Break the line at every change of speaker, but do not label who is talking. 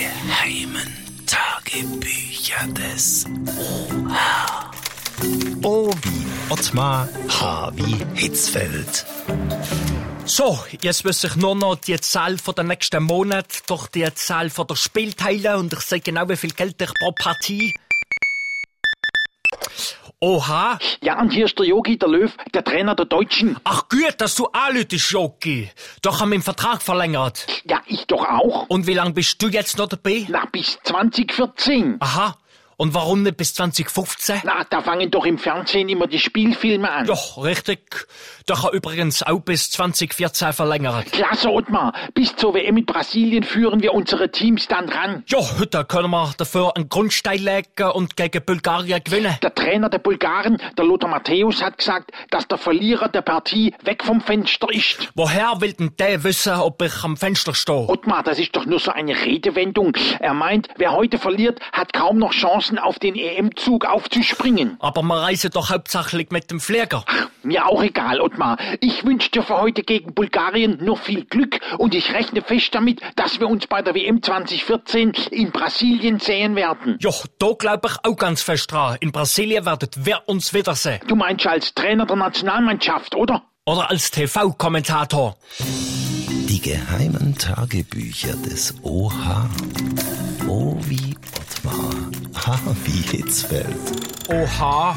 geheimen Tagebücher des OH. O wie Ottmar, H wie Hitzfeld.
So, jetzt muss ich nur noch die Zahl von der nächsten Monat durch die Zahl von der Spiel teilen und ich sehe genau, wie viel Geld ich pro Partie. Oha!
Ja, und hier ist der Yogi, der Löw, der Trainer der Deutschen.
Ach gut, dass du anlütest, Joki. Doch haben wir den Vertrag verlängert.
Ja, ich doch auch.
Und wie lange bist du jetzt noch dabei?
Na, bis 2014.
Aha. Und warum nicht bis 2015?
Na, da fangen doch im Fernsehen immer die Spielfilme an.
Doch, richtig. Doch er übrigens auch bis 2014 verlängert.
Klasse, Ottmar. Bis zur WM mit Brasilien führen wir unsere Teams dann ran.
Ja, heute können wir dafür einen Grundstein legen und gegen Bulgarien gewinnen.
Der Trainer der Bulgaren, der Lothar Matthäus, hat gesagt, dass der Verlierer der Partie weg vom Fenster ist.
Woher will denn der wissen, ob ich am Fenster stehe?
Ottmar, das ist doch nur so eine Redewendung. Er meint, wer heute verliert, hat kaum noch Chancen, auf den EM-Zug aufzuspringen.
Aber wir reisen doch hauptsächlich mit dem Flieger.
Mir auch egal, Ottmar. Ich wünsche dir für heute gegen Bulgarien nur viel Glück und ich rechne fest damit, dass wir uns bei der WM 2014 in Brasilien sehen werden.
Ja, da glaube ich auch ganz fest dran. In Brasilien werdet wir uns wiedersehen.
Du meinst als Trainer der Nationalmannschaft, oder?
Oder als TV-Kommentator.
Die geheimen Tagebücher des OH. O wie Ottmar, H wie Hitzfeld.
Oha.